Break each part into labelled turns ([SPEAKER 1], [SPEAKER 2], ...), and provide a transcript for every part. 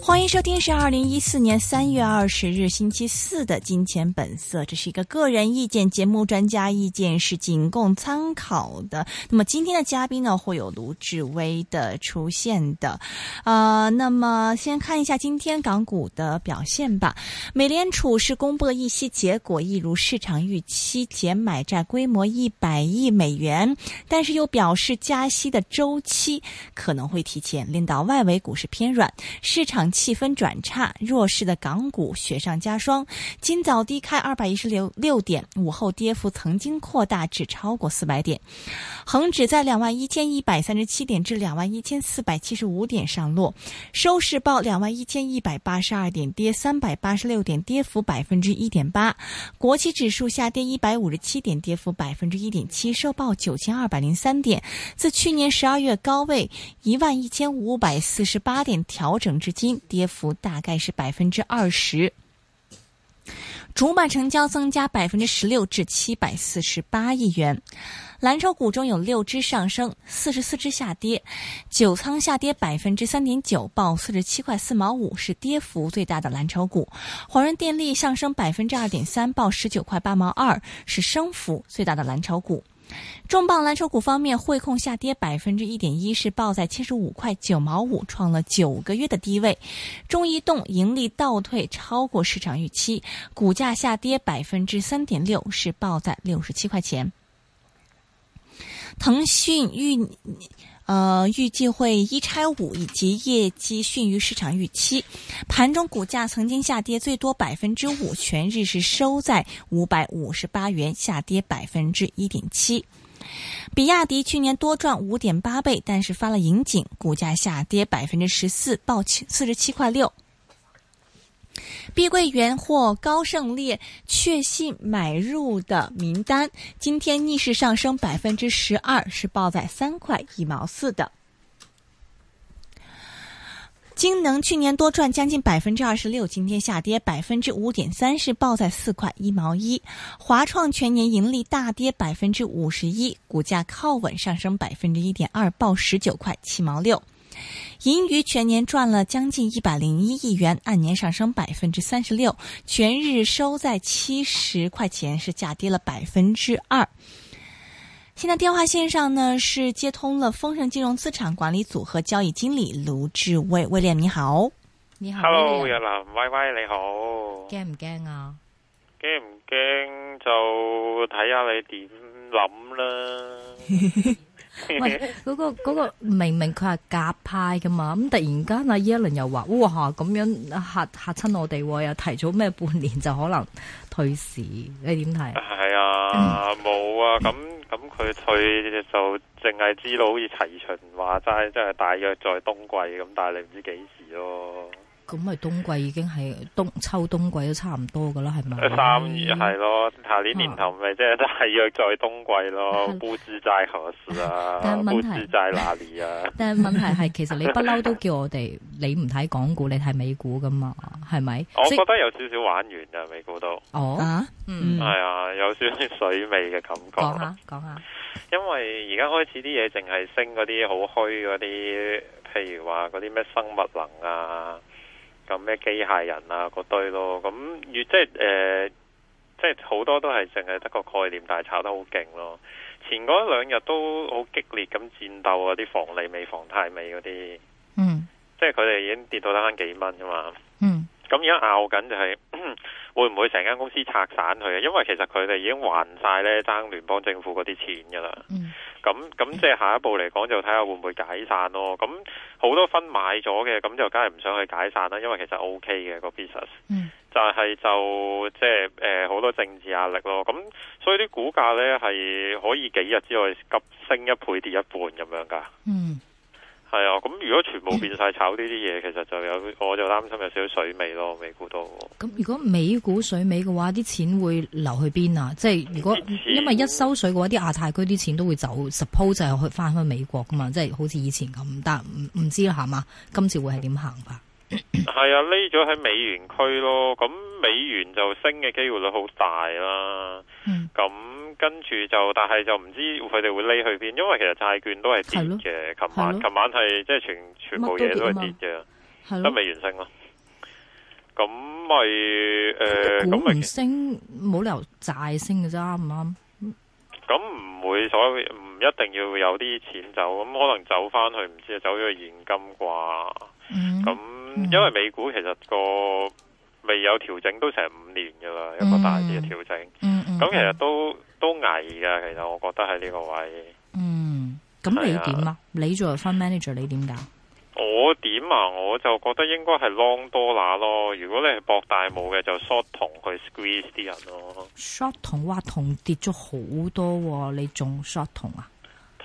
[SPEAKER 1] 欢迎收听是二零一四年三月二十日星期四的《金钱本色》，这是一个个人意见节目，专家意见是仅供参考的。那么今天的嘉宾呢，会有卢志威的出现的，呃，那么先看一下今天港股的表现吧。美联储是公布了议息结果，一如市场预期，减买债规模一百亿美元，但是又表示加息的周期可能会提前，令到外围股市偏软，市场。气氛转差，弱势的港股雪上加霜。今早低开二百一十六六点，午后跌幅曾经扩大至超过四百点。恒指在两万一千一百三十七点至两万一千四百七十五点上落，收市报两万一千一百八十二点，跌三百八十六点，跌幅百分之一点八。国企指数下跌一百五十七点，跌幅百分之一点七，收报九千二百零三点，自去年十二月高位一万一千五百四十八点调整至今。跌幅大概是百分之二十。主板成交增加百分之十六至七百四十八亿元，蓝筹股中有六只上升，四十四只下跌，九仓下跌百分之三点九，报四十七块四毛五，是跌幅最大的蓝筹股。华润电力上升百分之二点三，报十九块八毛二，是升幅最大的蓝筹股。重磅蓝筹股方面，汇控下跌百分之一点一，是报在七十五块九毛五，创了九个月的低位。中移动盈利倒退超过市场预期，股价下跌百分之三点六，是报在六十七块钱。腾讯预呃预计会一拆五，以及业绩逊于市场预期。盘中股价曾经下跌最多百分之五，全日是收在五百五十八元，下跌百分之一点七。比亚迪去年多赚五点八倍，但是发了盈警，股价下跌百分之十四，报四十七块六。碧桂园获高盛列确信买入的名单，今天逆势上升百分之十二，是报在三块一毛四的。京能去年多赚将近百分之二十六，今天下跌百分之五点三，是报在四块一毛一。华创全年盈利大跌百分之五十一，股价靠稳上升百分之一点二，报十九块七毛六。银娱全年赚了将近一百零一亿元，按年上升百分之三十六，全日收在七十块钱，是下跌了百分之二。现在电话线上呢是接通了丰盛金融资产管理组合交易经理卢志威，威廉你好，
[SPEAKER 2] 你好
[SPEAKER 3] Hello，
[SPEAKER 2] William
[SPEAKER 3] 若林，威威你好，
[SPEAKER 2] 惊唔惊 啊？
[SPEAKER 3] 驚唔驚就睇下你點諗 啦。
[SPEAKER 2] 喂，嗰、個嗰、個明明佢係夾派噶嘛，咁突然間阿耶倫又話：哇咁樣嚇嚇親我哋喎，又提早咩半年就可能退市，你點睇？
[SPEAKER 3] 係啊，冇啊，咁咁佢退就淨係知道好似齊秦話齋，即係大約在冬季咁，但係你唔知幾時咯。
[SPEAKER 2] 咁咪冬季已經係冬秋冬季都差唔多噶啦，係咪？
[SPEAKER 3] 三月係咯，下年年頭咪即係大約在冬季咯。不知在何時啊
[SPEAKER 2] 嗯 但係？問
[SPEAKER 3] 不
[SPEAKER 2] 題
[SPEAKER 3] 知在哪 裡啊？
[SPEAKER 2] 但係問題係，其實你不嬲都叫我哋，你唔睇港股，你睇美股噶嘛，係咪？
[SPEAKER 3] 我
[SPEAKER 2] 即
[SPEAKER 3] 覺得有少少玩完啊，美股都
[SPEAKER 2] 哦，
[SPEAKER 1] 啊，
[SPEAKER 2] 嗯
[SPEAKER 3] 係，啊，有少少水味嘅感覺。啊
[SPEAKER 2] 講下講下，
[SPEAKER 3] 因為而家開始啲嘢淨係升嗰啲好虛嗰啲，譬如話嗰啲咩生物能啊，咁咩機械人啊嗰堆咯。咁越即係誒、呃即係好多都係淨係得個概念，但係炒得好勁咯。前嗰兩日都好激烈咁戰鬥啊！啲房利美、房太美嗰啲，
[SPEAKER 2] 嗯
[SPEAKER 3] 即係佢哋已經跌到得翻幾蚊噶嘛。
[SPEAKER 2] 嗯
[SPEAKER 3] 咁而家拗緊就係、 會唔會成間公司拆散佢啊？因為其實佢哋已經還晒咧爭聯邦政府嗰啲錢㗎啦。
[SPEAKER 2] 嗯
[SPEAKER 3] 咁咁即係下一步嚟講，就睇下會唔會解散咯。咁好多分買咗嘅，咁就梗係唔想去解散啦，因為其實 O K 嘅個 business，
[SPEAKER 2] 嗯
[SPEAKER 3] 就係就即係誒好多政治壓力咯。咁所以啲股價呢，係可以幾日之內急升一倍跌一半咁樣㗎。
[SPEAKER 2] 嗯
[SPEAKER 3] 系啊，咁如果全部變晒炒呢啲嘢，其實就有我就擔心有少少水味咯，美股都
[SPEAKER 2] 咁如果美股水尾嘅話，啲錢會流去邊啊？即係如果
[SPEAKER 3] 啲錢
[SPEAKER 2] 因為一收水嘅話，啲亞太區啲錢都會走，suppose 就係去翻去美國噶嘛，即係好似以前咁，但唔唔知啦係嘛？今次會係點行法？
[SPEAKER 3] 係啊，匿咗喺美元區咯，咁美元就升嘅機會率好大啦。
[SPEAKER 2] 嗯，
[SPEAKER 3] 咁跟住就，但係就唔知佢哋會匿去邊，因為其實債券都係跌嘅。琴
[SPEAKER 2] 係
[SPEAKER 3] 晚
[SPEAKER 2] 咯
[SPEAKER 3] 琴晚係即係全全部嘢都係跌
[SPEAKER 2] 啊係
[SPEAKER 3] 嘅，
[SPEAKER 2] 咯，
[SPEAKER 3] 得美元升咯。啊咁咪誒，咁啊
[SPEAKER 2] 股
[SPEAKER 3] 咪
[SPEAKER 2] 唔升，冇理由債升嘅啫，啱唔啱？
[SPEAKER 3] 咁唔會所謂唔一定要有啲錢走，咁可能走翻去唔知啊，走咗去現金啩。
[SPEAKER 2] 嗯，
[SPEAKER 3] 咁
[SPEAKER 2] 嗯
[SPEAKER 3] 因為美股其實個未有調整都成五年噶啦，一個大啲嘅調整。
[SPEAKER 2] 嗯嗯，
[SPEAKER 3] 咁其實都都危噶，其實我覺得喺呢個位。
[SPEAKER 2] 嗯，咁你點啊？你作為 fund manager，你點搞？
[SPEAKER 3] 我點啊？我就覺得應該係 long 多拿咯。如果你係博大霧嘅，就 short 同去 squeeze 啲人咯。
[SPEAKER 2] short 同哇同跌咗好多、喎，你仲 short 同啊？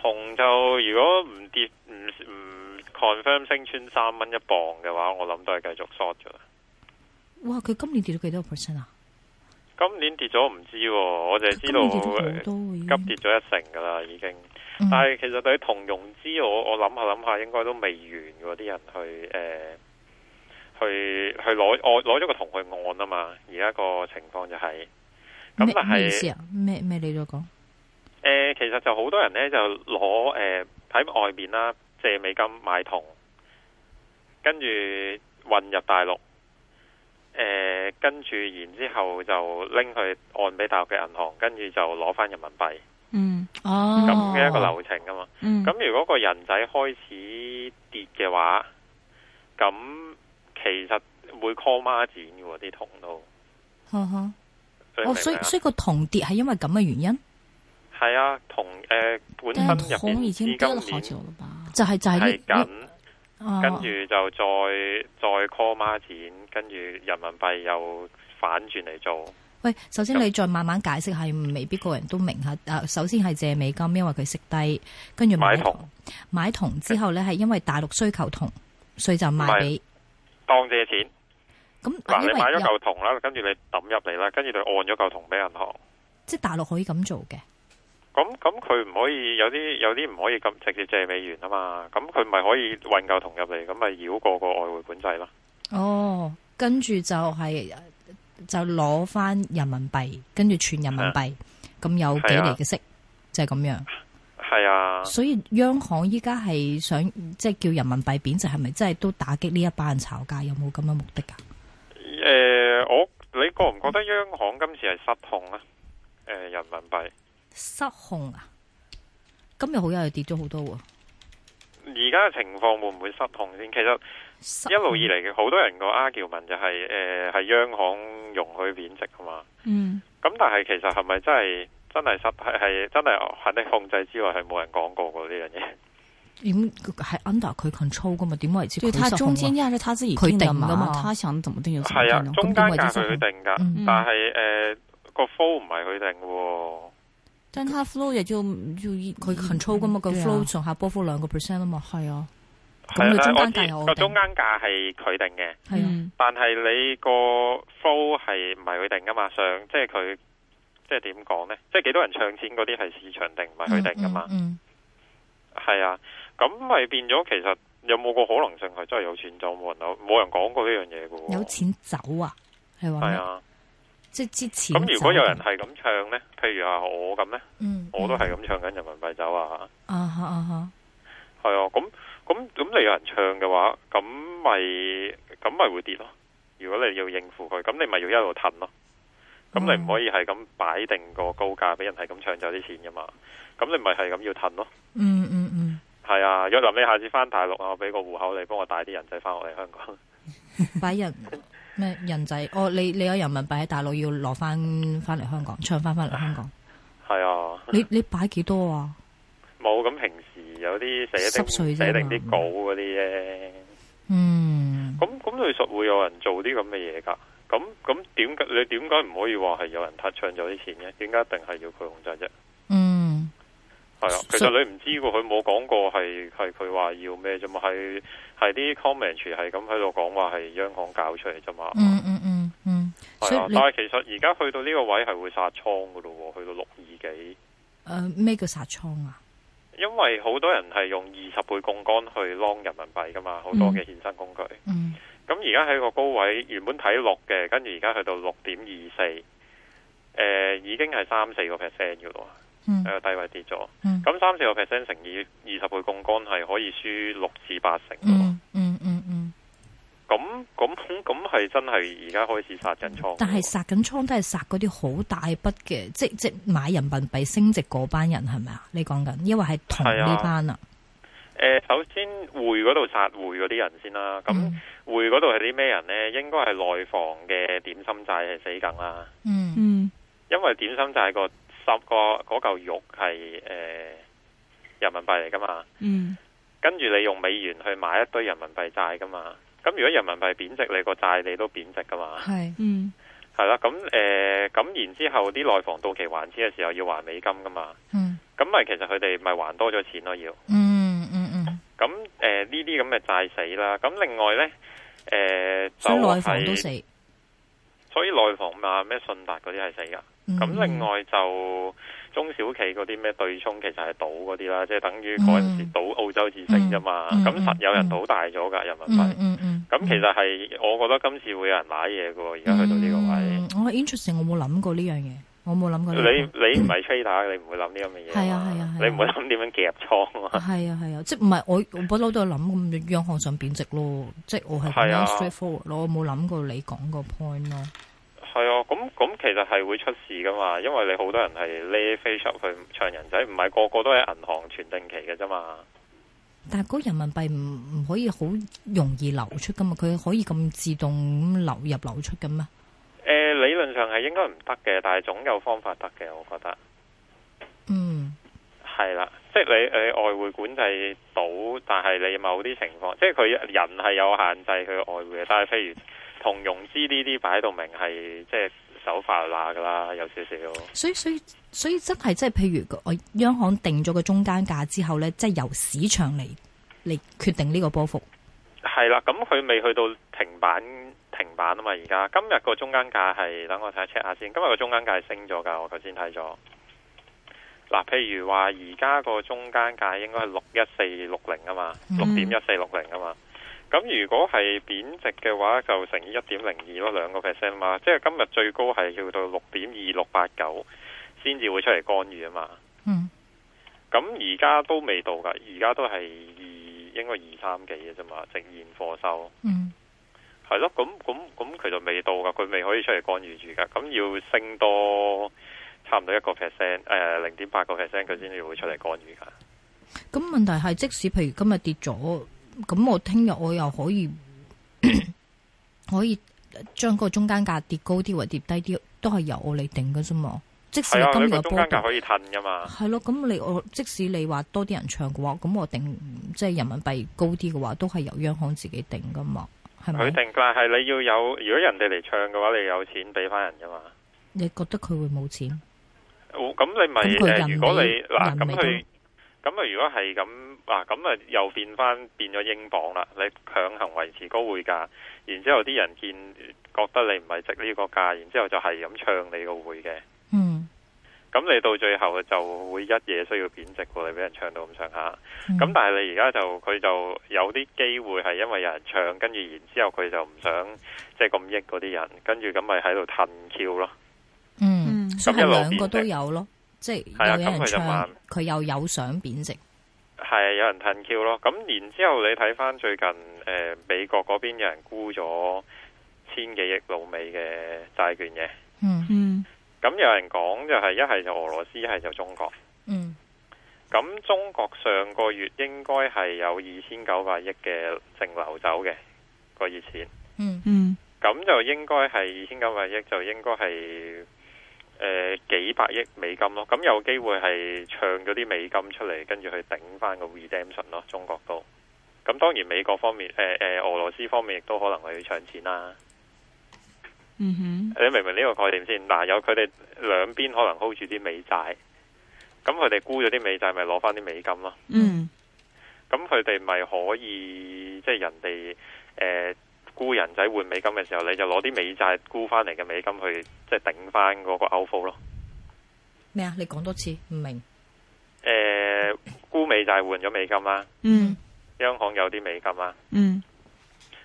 [SPEAKER 3] 銅就如果唔跌唔唔 confirm 升穿三蚊一磅嘅話，我諗都係繼續 short 咗啦。
[SPEAKER 2] 哇！佢今年跌咗幾多個 percent 啊？
[SPEAKER 3] 今年跌咗唔知喎，我就係知
[SPEAKER 2] 今年跌咗好
[SPEAKER 3] 道
[SPEAKER 2] 多喎，
[SPEAKER 3] 急跌咗一成噶啦，已經。
[SPEAKER 2] 嗯。
[SPEAKER 3] 但係其實對同融資，我我諗下諗下，應該都未完嗰啲人去誒、呃去去攞我攞咗個銅去按啊嘛。而家個情況就係、咁
[SPEAKER 2] 咩
[SPEAKER 3] 但
[SPEAKER 2] 咩意思
[SPEAKER 3] 係
[SPEAKER 2] 啊？咩咩你都講
[SPEAKER 3] 誒，其實就好多人咧就攞誒喺外面啦借美金買銅，跟住運入大陸，誒、呃跟住然之後就拎去按俾大陸嘅銀行，跟住就攞翻人民幣
[SPEAKER 1] 嗯
[SPEAKER 2] 哦，
[SPEAKER 3] 咁嘅一個流程啊嘛。
[SPEAKER 1] 嗯
[SPEAKER 3] 咁如果個人仔開始跌嘅話，咁其實會 call 孖展嘅喎啲銅都。
[SPEAKER 2] 呵呵
[SPEAKER 3] 你明
[SPEAKER 2] 哦，
[SPEAKER 3] 唔
[SPEAKER 2] 所以
[SPEAKER 3] 明啊
[SPEAKER 2] 所以個銅跌係因為咁嘅原因，
[SPEAKER 3] 係啊，同誒、呃本身
[SPEAKER 4] 但
[SPEAKER 3] 入邊
[SPEAKER 4] 銅已
[SPEAKER 3] 資
[SPEAKER 4] 经
[SPEAKER 3] 金
[SPEAKER 4] 跌了好久
[SPEAKER 3] 鏈
[SPEAKER 4] 了吧？
[SPEAKER 2] 就係就係
[SPEAKER 3] 係
[SPEAKER 2] 呢
[SPEAKER 3] 緊，
[SPEAKER 2] 呢，
[SPEAKER 3] 跟
[SPEAKER 2] 哦
[SPEAKER 3] 住就再再 call 孖展，跟住人民幣又反轉嚟做。
[SPEAKER 2] 喂，首先你再慢慢解釋係未必個人都明嚇。啊，首先係借美金，因為佢息低，跟住買銅
[SPEAKER 3] 買銅，
[SPEAKER 2] 買銅之後咧係因為大陸需求銅，所以就賣俾
[SPEAKER 3] 當借錢
[SPEAKER 2] 咁啊，
[SPEAKER 3] 嗱，
[SPEAKER 2] 因
[SPEAKER 3] 你
[SPEAKER 2] 為
[SPEAKER 3] 買咗
[SPEAKER 2] 有
[SPEAKER 3] 嚿銅啦，跟住你抌入嚟啦，跟住你按咗嚿銅俾銀行。
[SPEAKER 2] 即係大陸可以咁做嘅。
[SPEAKER 3] 咁咁佢唔可以有啲有啲唔可以咁直接借美元啊嘛，咁佢咪可以運夠同入嚟，咁咪繞過個外匯管制咯。
[SPEAKER 2] 哦，跟住就係、就攞翻人民幣，跟住存人民幣，咁有幾
[SPEAKER 3] 啊
[SPEAKER 2] 厘嘅息，就係、咁樣。
[SPEAKER 3] 係啊，
[SPEAKER 2] 所以央行依家係想即係叫人民幣貶值，係咪真係都打擊呢一班人炒價？有冇咁嘅目的㗎？
[SPEAKER 3] 誒、我你覺唔覺得央行今次係失控啊？誒、人民幣
[SPEAKER 2] 失控啊！今日好有又跌咗好多喎
[SPEAKER 3] 而家嘅情況會唔會失控先？其實，
[SPEAKER 2] 失
[SPEAKER 3] 一路以嚟嘅好多人個 argument 就係誒係央行容許貶值啊嘛。
[SPEAKER 1] 嗯
[SPEAKER 3] 咁但係其實係咪真係真係失係係真係肯定控制之外係冇人講過過呢樣嘢？
[SPEAKER 2] 點係 under 佢 control 㗎嘛？點為之
[SPEAKER 4] 对，
[SPEAKER 2] 佢
[SPEAKER 4] 它
[SPEAKER 2] 失控
[SPEAKER 4] 中
[SPEAKER 2] 啊
[SPEAKER 4] 间价是他自己
[SPEAKER 2] 佢
[SPEAKER 4] 定的
[SPEAKER 2] 定㗎嘛
[SPEAKER 4] 嘛，他想怎么定就怎么
[SPEAKER 3] 係啊
[SPEAKER 4] 定，咯。
[SPEAKER 3] 中間價佢定㗎，
[SPEAKER 2] 嗯
[SPEAKER 3] 但係誒個 flow 唔係佢定喎。
[SPEAKER 4] 但他 flow 也就就一
[SPEAKER 2] 佢 control 㗎嘛？個
[SPEAKER 4] 對啊
[SPEAKER 2] flow 上下波幅兩個 percent 啊嘛，
[SPEAKER 4] 係啊，
[SPEAKER 2] 咁佢
[SPEAKER 3] 係
[SPEAKER 2] 中間
[SPEAKER 3] 我知
[SPEAKER 2] 價係我
[SPEAKER 3] 個
[SPEAKER 2] 定
[SPEAKER 3] 中間價係佢定嘅，
[SPEAKER 2] 係啊，
[SPEAKER 4] 嗯
[SPEAKER 3] 但係你個 flow 係唔係佢定噶嘛？上即係佢即係點講呢？即係幾多人唱錢嗰啲係市場定，唔係佢定噶嘛？
[SPEAKER 2] 嗯
[SPEAKER 3] 係啊，咁咪變咗其實有冇個可能性係真係有錢走冇人有冇人講過呢樣嘢噶
[SPEAKER 2] 嗯嗯
[SPEAKER 3] 喎？
[SPEAKER 2] 有錢走啊，係話
[SPEAKER 3] 係
[SPEAKER 2] 咩？
[SPEAKER 3] 啊，
[SPEAKER 2] 即係之前
[SPEAKER 3] 咁如
[SPEAKER 2] 走
[SPEAKER 3] 果有
[SPEAKER 2] 嘅
[SPEAKER 3] 人係咁唱呢，譬如話我咁呢，
[SPEAKER 2] 嗯，
[SPEAKER 3] 我都係咁唱緊人民幣走啊。
[SPEAKER 2] 啊哈啊哈，
[SPEAKER 3] 係啊，咁咁咁你有人唱嘅話，咁咪咁咪會跌咯。如果你要應付佢，咁你咪要一路褪咯。咁你唔可以係咁擺定個高價俾人係咁搶走啲錢噶嘛？咁你咪係咁要褪咯。
[SPEAKER 2] 嗯嗯嗯，
[SPEAKER 3] 係啊，若林你下次翻大陸啊，我俾個户口你，幫我帶啲人仔翻落嚟香港。
[SPEAKER 2] 擺人咩人仔？哦，你你有人民幣喺大陸要攞翻翻嚟香港，唱翻翻嚟香 港，
[SPEAKER 3] 係啊，
[SPEAKER 2] 你你擺幾多啊？
[SPEAKER 3] 冇咁平時有啲寫
[SPEAKER 2] 濕碎
[SPEAKER 3] 定
[SPEAKER 2] 啫嘛
[SPEAKER 3] 寫定啲稿嗰啲啫。
[SPEAKER 2] 嗯，
[SPEAKER 3] 咁咁你實會有人做啲咁嘅嘢㗎。咁咁點解你點解唔可以話係有人撻唱咗啲錢嘅？點解一定係要佢控制啫？
[SPEAKER 2] 嗯，
[SPEAKER 3] 係啊，其實你唔知喎，佢冇講過係係佢話要咩啫嘛，係係啲 commentary 係咁喺度講話係央行搞出嚟啫嘛。
[SPEAKER 2] 嗯嗯嗯嗯，所
[SPEAKER 3] 係
[SPEAKER 2] 以
[SPEAKER 3] 啊，
[SPEAKER 2] 你
[SPEAKER 3] 但係其實而家去到呢個位係會殺倉噶咯喎，去到六二幾，
[SPEAKER 2] 誒呃咩叫殺倉啊？
[SPEAKER 3] 因為好多人係用二十倍槓桿去 long 人民幣噶嘛，好多嘅衍生工具。
[SPEAKER 2] 嗯
[SPEAKER 3] 咁而家喺個高位原本睇六嘅，跟住而家去到六點二四，誒已經係三四個 percent 嘅咯，
[SPEAKER 2] 嗯
[SPEAKER 3] 喺個低位跌咗。
[SPEAKER 2] 嗯
[SPEAKER 3] 咁三四個 percent 乘以二十倍槓桿係可以輸六至八成嘅喎。
[SPEAKER 2] 嗯嗯嗯嗯，
[SPEAKER 3] 咁咁咁係真係而家開始殺緊倉。
[SPEAKER 2] 但係殺緊倉都係殺嗰啲好大筆嘅，即即買人民幣升值嗰班人係咪啊？你講緊，因為係同
[SPEAKER 3] 係啊
[SPEAKER 2] 呢班啊，
[SPEAKER 3] 誒，首先匯嗰度殺匯嗰啲人先啦。咁
[SPEAKER 2] 嗯
[SPEAKER 3] 匯嗰度係啲咩人呢？應該係內房嘅點心債係死梗啦，
[SPEAKER 2] 嗯
[SPEAKER 4] 嗯
[SPEAKER 3] 因為點心債個心個嗰嚿肉係誒人民幣嚟噶嘛，
[SPEAKER 4] 嗯
[SPEAKER 3] 跟住你用美元去買一堆人民幣債噶嘛。咁如果人民幣貶值，你個債你都貶值噶嘛。
[SPEAKER 2] 係
[SPEAKER 4] 嗯
[SPEAKER 3] 係啦，咁誒，呃咁、然之後啲內房到期還錢嘅時候要還美金噶嘛，
[SPEAKER 2] 嗯
[SPEAKER 3] 咁咪其實佢哋咪還多咗錢咯要，
[SPEAKER 2] 嗯嗯嗯，
[SPEAKER 3] 咁誒呢啲咁嘅債死啦，咁另外呢，誒、就
[SPEAKER 2] 所以內房
[SPEAKER 3] 係
[SPEAKER 2] 都死，
[SPEAKER 3] 所以內房啊咩信達嗰啲係死噶，咁、
[SPEAKER 2] 咁
[SPEAKER 3] 另外就中小企嗰啲咩對沖其實係賭嗰啲啦，即係等於嗰陣時
[SPEAKER 2] 嗯
[SPEAKER 3] 賭澳洲指升啫嘛，
[SPEAKER 2] 嗯嗯
[SPEAKER 3] 咁、實有人
[SPEAKER 2] 嗯
[SPEAKER 3] 賭大咗㗎人民幣，
[SPEAKER 2] 嗯嗯嗯，
[SPEAKER 3] 咁、其實係我覺得今次會有人買嘢嘅喎，而家去到呢個位。
[SPEAKER 2] 嗯我 interesting，我冇諗過呢樣嘢，我冇諗過呢
[SPEAKER 3] 你
[SPEAKER 2] 樣嘢。
[SPEAKER 3] 你唔係 trader，你唔會諗呢咁嘅嘢。
[SPEAKER 2] 係啊係啊係啊
[SPEAKER 3] 你唔會諗點樣夾倉啊。
[SPEAKER 2] 係啊係啊，即係唔係我我不嬲都有諗咁央行想貶值咯，即係我係咁
[SPEAKER 3] 係啊
[SPEAKER 2] 樣 straightforward 咯，我冇諗過你講個 point 咯。
[SPEAKER 3] 係啊，咁咁其實係會出事噶嘛，因為你好多人係呢飛出去唱人仔，唔係個個都喺銀行存定期嘅啫嘛。
[SPEAKER 2] 但係嗰人民幣唔唔可以好容易流出噶嘛？佢可以咁自動咁流入流出嘅咩？
[SPEAKER 3] 誒、理論上係應該唔得嘅，但係總有方法得嘅，我覺得
[SPEAKER 2] 嗯
[SPEAKER 3] 係啦。即係你誒外匯管制到，但係你某啲情況，即係佢人係有限制佢外匯嘅，但係譬如同融資呢啲擺到明係即係手法罅噶啦，有少少。
[SPEAKER 2] 所以所以所以真係即係譬如個我央行定咗個中間價之後咧，即係由市場嚟嚟決定呢個波幅。
[SPEAKER 3] 係啦，咁佢未去到停板停板啊嘛，而家今日個中間價係等我睇下 check 下先，今日個中間價係升咗㗎，我頭先睇咗。嗱，譬如話而家個中間價應該係六一四六零啊嘛，
[SPEAKER 2] 嗯
[SPEAKER 3] 六點一四六零啊嘛。咁如果係貶值嘅話，就乘以一點零二咯，兩個 percent 嘛。即係今日最高係要到六點二六八九先至會出嚟干預啊嘛。
[SPEAKER 2] 嗯
[SPEAKER 3] 咁而家都未到㗎，而家都係二應該二三幾嘅啫嘛，直現貨收。
[SPEAKER 2] 嗯
[SPEAKER 3] 係咯，咁咁咁佢就未到噶，佢未可以出嚟干預住噶，咁要升多差唔多一個 percent，誒零點八個 percent 佢先至會出嚟干預
[SPEAKER 2] 咁
[SPEAKER 3] 噶。
[SPEAKER 2] 問題係，即使譬如今日跌咗，咁我聽日我又可以 可以將個中間價跌高啲或跌低啲，都係由我嚟定嘅啫嘛。即使
[SPEAKER 3] 係啊，
[SPEAKER 2] 今
[SPEAKER 3] 佢
[SPEAKER 2] 日
[SPEAKER 3] 個
[SPEAKER 2] 嘅
[SPEAKER 3] 中
[SPEAKER 2] 波
[SPEAKER 3] 間價
[SPEAKER 2] 動
[SPEAKER 3] 可以褪噶嘛。
[SPEAKER 2] 係咯，咁你我即使你話多啲人唱嘅話，咁我定即係人民幣高啲嘅話，都係由央行自己定噶嘛，係
[SPEAKER 3] 佢
[SPEAKER 2] 咪？
[SPEAKER 3] 定價係你要有，如果人哋嚟唱嘅話，你有錢俾翻人噶嘛。
[SPEAKER 2] 你覺得佢會冇錢？
[SPEAKER 3] 哦咁你咪
[SPEAKER 2] 咁佢人
[SPEAKER 3] 誒，如果你
[SPEAKER 2] 尾
[SPEAKER 3] 嗱，
[SPEAKER 2] 人尾
[SPEAKER 3] 咁佢咁啊，如果係咁嗱，咁啊又變翻變咗英鎊啦。你強行維持高匯價，然之後啲人見覺得你唔係值呢個價，然之後就係咁唱你個匯嘅。
[SPEAKER 2] 嗯，
[SPEAKER 3] 咁你到最後就會一夜需要貶值喎，你俾人唱到咁上下。
[SPEAKER 2] 嗯
[SPEAKER 3] 咁但係你而家就佢就有啲機會係因為有人唱，跟住然之後佢就唔想即係咁益嗰啲人，跟住咁咪喺度褪 Q 咯。
[SPEAKER 2] 嗯，
[SPEAKER 4] 嗯
[SPEAKER 2] 所以
[SPEAKER 3] 咁一
[SPEAKER 2] 係
[SPEAKER 3] 路
[SPEAKER 2] 兩個
[SPEAKER 3] 貶值
[SPEAKER 2] 都有咯，即
[SPEAKER 3] 係啊
[SPEAKER 2] 係又有
[SPEAKER 3] 咁佢
[SPEAKER 2] 人
[SPEAKER 3] 就慢
[SPEAKER 2] 唱，佢又有想貶值。
[SPEAKER 3] 係有人褪 Q 咯。咁然之後你睇翻最近誒、呃美國嗰邊有人沽咗千幾億老美嘅債券嘅，
[SPEAKER 2] 嗯
[SPEAKER 4] 嗯
[SPEAKER 3] 咁有人講就係一係就俄羅斯，一係就中國。
[SPEAKER 2] 嗯
[SPEAKER 3] 咁中國上個月應該係有二千九百億嘅淨流走嘅個熱錢，
[SPEAKER 2] 嗯
[SPEAKER 4] 嗯
[SPEAKER 3] 咁就應該係二千九百億，就應該係誒幾百億美金咯。咁有機會係唱咗啲美金出嚟，跟住去頂翻個 redemption 咯，中國都。咁當然美國方面，誒、誒俄羅斯方面亦都可能係要唱錢啦。
[SPEAKER 4] 嗯哼嗯
[SPEAKER 3] 你明唔明呢個概念先？嗱，有佢哋兩邊可能 hold 住啲美債，咁佢哋沽咗啲美債，咪攞翻啲美金咯。
[SPEAKER 1] 嗯
[SPEAKER 3] 咁佢哋咪可以即係人哋诶沽人仔換美金嘅時候，你就攞啲美債沽翻嚟嘅美金去即係頂翻嗰個 o u 咯。
[SPEAKER 2] 咩啊？你講多次，唔明。
[SPEAKER 3] 诶、呃沽美債換咗美金啦，
[SPEAKER 1] 嗯
[SPEAKER 3] 央行有啲美金啦。
[SPEAKER 1] 嗯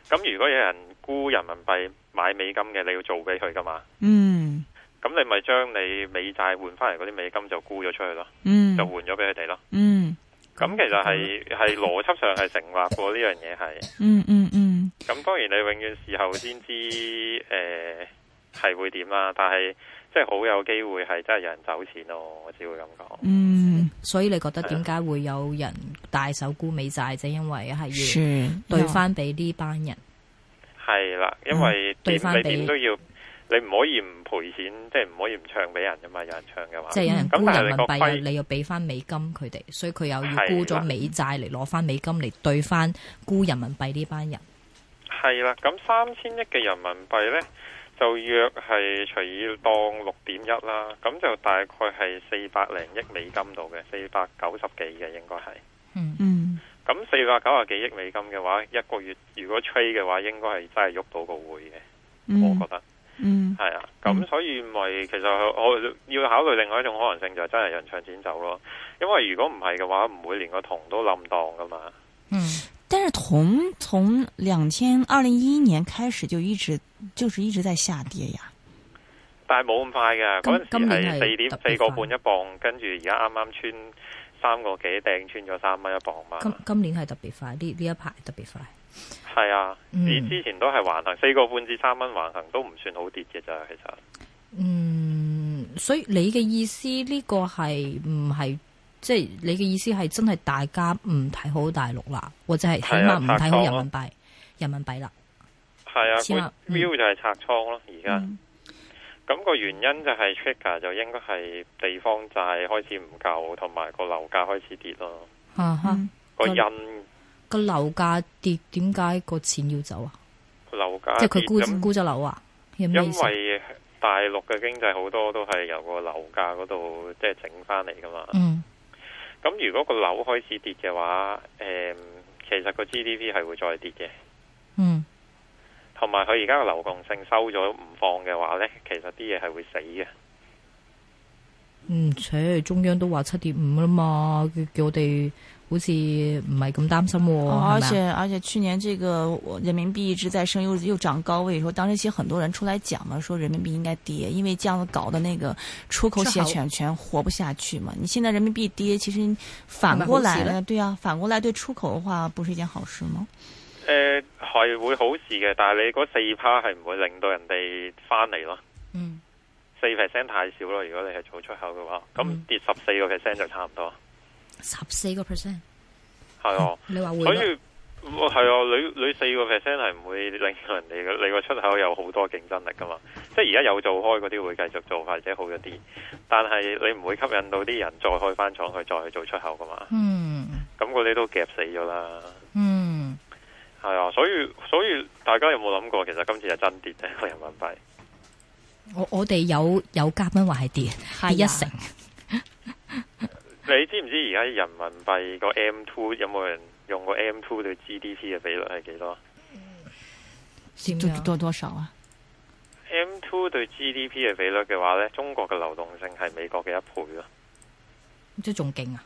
[SPEAKER 3] 咁如果有人沽人民幣買美金嘅，你要做俾佢噶嘛？
[SPEAKER 1] 嗯
[SPEAKER 3] 咁你咪將你美債換翻嚟嗰啲美金就沽咗出去咯，就
[SPEAKER 1] 嗯
[SPEAKER 3] 換咗俾佢哋咯。
[SPEAKER 1] 嗯
[SPEAKER 3] 咁其實係係邏輯上係成立過呢樣嘢係。
[SPEAKER 1] 嗯嗯嗯
[SPEAKER 3] 咁當然你永遠事後先知誒係、會點啦，但係即係好有機會係真係有人走錢咯，我只會咁講。
[SPEAKER 1] 嗯，
[SPEAKER 2] 所以你覺得點解會有人大手沽美債啫？因為係要
[SPEAKER 4] 是
[SPEAKER 2] 對翻俾呢班人。
[SPEAKER 3] 係啦，因為
[SPEAKER 2] 嗯對
[SPEAKER 3] 點
[SPEAKER 2] 返
[SPEAKER 3] 你
[SPEAKER 2] 俾
[SPEAKER 3] 點都要，你唔可以唔賠錢，即係唔可以唔唱俾人噶嘛，有人唱嘅話。
[SPEAKER 2] 即係有人沽
[SPEAKER 3] 啊咁但係
[SPEAKER 2] 人民
[SPEAKER 3] 你個
[SPEAKER 2] 幣，啊
[SPEAKER 3] 規
[SPEAKER 2] 又你又俾翻美金佢哋，所以佢又要
[SPEAKER 3] 係
[SPEAKER 2] 沽咗
[SPEAKER 3] 啦
[SPEAKER 2] 美債嚟攞翻美金嚟對翻沽人民幣呢班人。
[SPEAKER 3] 係啦，咁三千億嘅人民幣呢，就約係隨意當六點一啦，咁就大概係四百零億美金度嘅，四百九十幾嘅應該係。
[SPEAKER 2] 嗯，
[SPEAKER 1] 嗯
[SPEAKER 3] 咁四百九十幾億美金嘅話，一個月如果 trade 嘅話，應該係真係喐到個匯嘅，我
[SPEAKER 1] 嗯
[SPEAKER 3] 覺得
[SPEAKER 1] 嗯
[SPEAKER 3] 係啊。
[SPEAKER 1] 嗯
[SPEAKER 3] 咁所以咪其實我要考慮另外一種可能性，就係真係有人搶錢走咯。因為如果唔係嘅話，唔會連個銅都冧檔噶嘛。
[SPEAKER 2] 嗯，
[SPEAKER 4] 但是铜从两千二零一一年开始就一直就是一直在下跌呀。
[SPEAKER 3] 但係冇咁快嘅，
[SPEAKER 2] 今
[SPEAKER 3] 嗰陣時
[SPEAKER 2] 今
[SPEAKER 3] 係四
[SPEAKER 2] 年係
[SPEAKER 3] 點
[SPEAKER 2] 特別快
[SPEAKER 3] 四個半一磅，跟住而家啱啱穿三個幾，掟穿咗三蚊一磅嘛。
[SPEAKER 2] 今今年係特別快，呢呢一排特別快。
[SPEAKER 3] 係啊，
[SPEAKER 2] 嗯
[SPEAKER 3] 你之前都係橫行四個半至三蚊橫行，都唔算好跌嘅咋，其實。
[SPEAKER 2] 嗯，所以你嘅意思呢個係唔係即係你嘅意思係真係大家唔睇好大陸啦，或者係起碼唔睇好人民幣人民幣啦。
[SPEAKER 3] 係啊，
[SPEAKER 2] 知啦
[SPEAKER 3] 個 view 就係拆倉咯，而
[SPEAKER 2] 嗯
[SPEAKER 3] 家。咁個原因就係 trigger 就應該係地方債開始唔夠，同埋個樓價開始跌咯。
[SPEAKER 2] 啊哈，
[SPEAKER 3] 個
[SPEAKER 2] 嗯
[SPEAKER 3] 印
[SPEAKER 2] 個樓價跌，點解個錢要走啊？
[SPEAKER 3] 樓價
[SPEAKER 2] 即係
[SPEAKER 3] 啊跌
[SPEAKER 2] 佢沽
[SPEAKER 3] 咁
[SPEAKER 2] 沽咗樓啊？有咩意
[SPEAKER 3] 因
[SPEAKER 2] 思？
[SPEAKER 3] 為大陸嘅經濟好多都係由個樓價嗰度即係整翻嚟噶嘛。
[SPEAKER 2] 嗯
[SPEAKER 3] 咁、如果個樓開始跌嘅話，誒、其實個 GDP 係會再跌嘅，
[SPEAKER 2] 嗯
[SPEAKER 3] 同埋佢而家個流動性收咗唔放嘅話呢，其實啲嘢係會死嘅。
[SPEAKER 2] 嗯，且中央都話七點五啦嘛，叫叫我哋好似唔係咁擔心喎，
[SPEAKER 4] 哦
[SPEAKER 2] 係
[SPEAKER 4] 而
[SPEAKER 2] 咪啊？
[SPEAKER 4] 且而且去年这个我人民币一直在升，又又涨高位，说当时其实很多人出来讲嘛，说人民币应该跌，因为这样子搞的那个出口
[SPEAKER 2] 出
[SPEAKER 4] 血
[SPEAKER 2] 口
[SPEAKER 4] 全全活不下去嘛。你现在人民币跌，其实反
[SPEAKER 2] 那么
[SPEAKER 4] 过
[SPEAKER 2] 好
[SPEAKER 4] 来
[SPEAKER 2] 起来
[SPEAKER 4] 呢，对啊，反过来对出口的话，不是一件好事吗？
[SPEAKER 3] 誒係、會好事嘅，但係你嗰四趴係唔會令到人哋翻嚟咯。
[SPEAKER 2] 嗯
[SPEAKER 3] 四 percent 太少咯，如果你係做出口嘅話，咁
[SPEAKER 2] 嗯
[SPEAKER 3] 跌十四個 percent 就差唔多，
[SPEAKER 2] 十四個 percent，
[SPEAKER 3] 係啊，
[SPEAKER 2] 你話
[SPEAKER 3] 所
[SPEAKER 2] 匯率
[SPEAKER 3] 以哇係啊，你你四個 percent 係唔會令到人哋嘅你個出口有好多競爭力噶嘛，即係而家有做開嗰啲會繼續做或者好一啲，但係你唔會吸引到啲人再開翻廠去再去做出口噶嘛，
[SPEAKER 2] 嗯
[SPEAKER 3] 咁嗰啲都夾死咗啦，
[SPEAKER 2] 嗯。
[SPEAKER 3] 係啊，所以所以大家有冇諗過其實今次係真跌咧個人民幣？
[SPEAKER 2] 我我哋有有嘉賓話係啊跌跌一成，
[SPEAKER 3] 你知唔知而家人民幣個 M two 有冇人用個 M two 對 GDP 嘅比率係幾多
[SPEAKER 2] 點
[SPEAKER 4] 多
[SPEAKER 2] 樣？
[SPEAKER 4] 多多少啊？
[SPEAKER 3] ？M two 對 GDP 嘅比率嘅話呢，中國嘅流動性係美國嘅一倍咯。
[SPEAKER 2] 即係仲勁啊！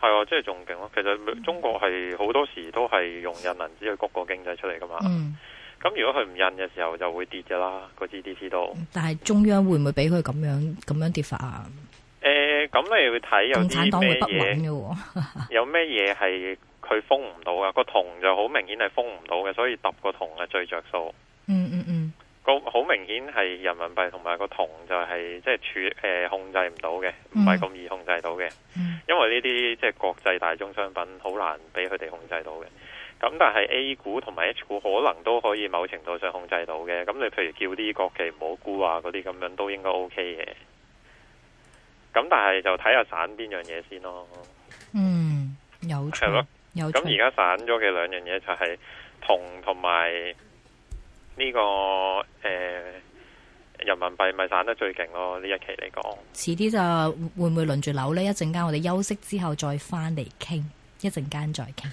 [SPEAKER 3] 係啊，即係仲勁咯。其
[SPEAKER 2] 嗯
[SPEAKER 3] 實中國係好多時都係用印銀紙去谷個經濟出嚟噶嘛。
[SPEAKER 2] 嗯，
[SPEAKER 3] 咁、如果佢唔印嘅時候就會跌噶啦，個 GDP 都。
[SPEAKER 2] 但係中央會唔會俾佢咁樣咁樣跌法啊？
[SPEAKER 3] 誒，咁、你會睇有
[SPEAKER 2] 共產
[SPEAKER 3] 啲
[SPEAKER 2] 黨
[SPEAKER 3] 咩
[SPEAKER 2] 會不啊穩
[SPEAKER 3] 嘢？
[SPEAKER 2] 嘅喎。
[SPEAKER 3] 有咩嘢係佢封唔到啊？個銅就好明顯係封唔到嘅，所以揼個銅係最着數。
[SPEAKER 2] 嗯嗯嗯
[SPEAKER 3] 個好明顯係人民幣同埋個銅就係即係處誒控制唔到嘅，唔係咁易控制到嘅，
[SPEAKER 2] 嗯
[SPEAKER 3] 因為呢啲即係國際大宗商品好難俾佢哋控制到嘅。咁但係 A 股同埋 H 股可能都可以某程度上控制到嘅。咁你譬如叫啲國企唔好沽啊嗰啲咁樣都應該 OK 嘅。咁但係就睇下散邊樣嘢先咯。
[SPEAKER 2] 嗯，有趣
[SPEAKER 3] 係咯
[SPEAKER 2] 有趣
[SPEAKER 3] 咁。而家散咗嘅兩樣嘢就係銅同埋呢個誒、呃人民幣咪散得最勁咯，呢一期嚟講。
[SPEAKER 2] 遲啲就會唔會輪住樓呢？一陣間我哋休息之後再翻嚟傾，一陣間再傾。